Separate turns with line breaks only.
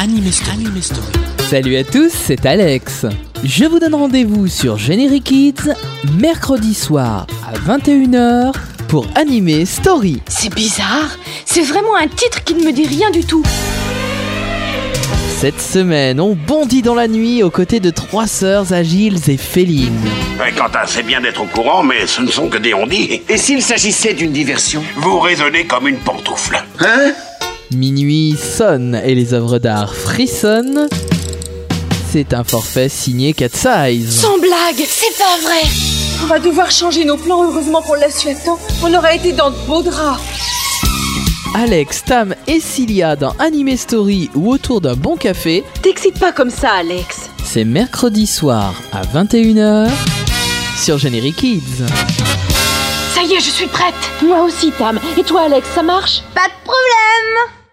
Anime Story. Anime Story.
Salut à tous, c'est Alex. Je vous donne rendez-vous sur Generic Kids mercredi soir à 21h pour Anime Story.
C'est bizarre. C'est vraiment un titre qui ne me dit rien du tout.
Cette semaine, on bondit dans la nuit aux côtés de trois sœurs agiles et félines.
Ouais, Ben, Quentin, c'est bien d'être au courant, mais ce ne sont que des ondits.
Et s'il s'agissait d'une diversion
Vous raisonnez comme une pantoufle.
Hein
Minuit sonne et les œuvres d'art frissonnent. C'est un forfait signé Cat Size.
Sans blague, c'est pas vrai.
On va devoir changer nos plans, heureusement qu'on l'a su à temps. On aurait été dans de beaux draps.
Alex, Tam et Cilia dans Anime Story ou autour d'un bon café,
T'excites pas comme ça, Alex.
c'est mercredi soir à 21h sur Generic Kids.
Ça y est, je suis prête. Moi aussi, Tam. Et toi, Alex, ça marche
Pas de problème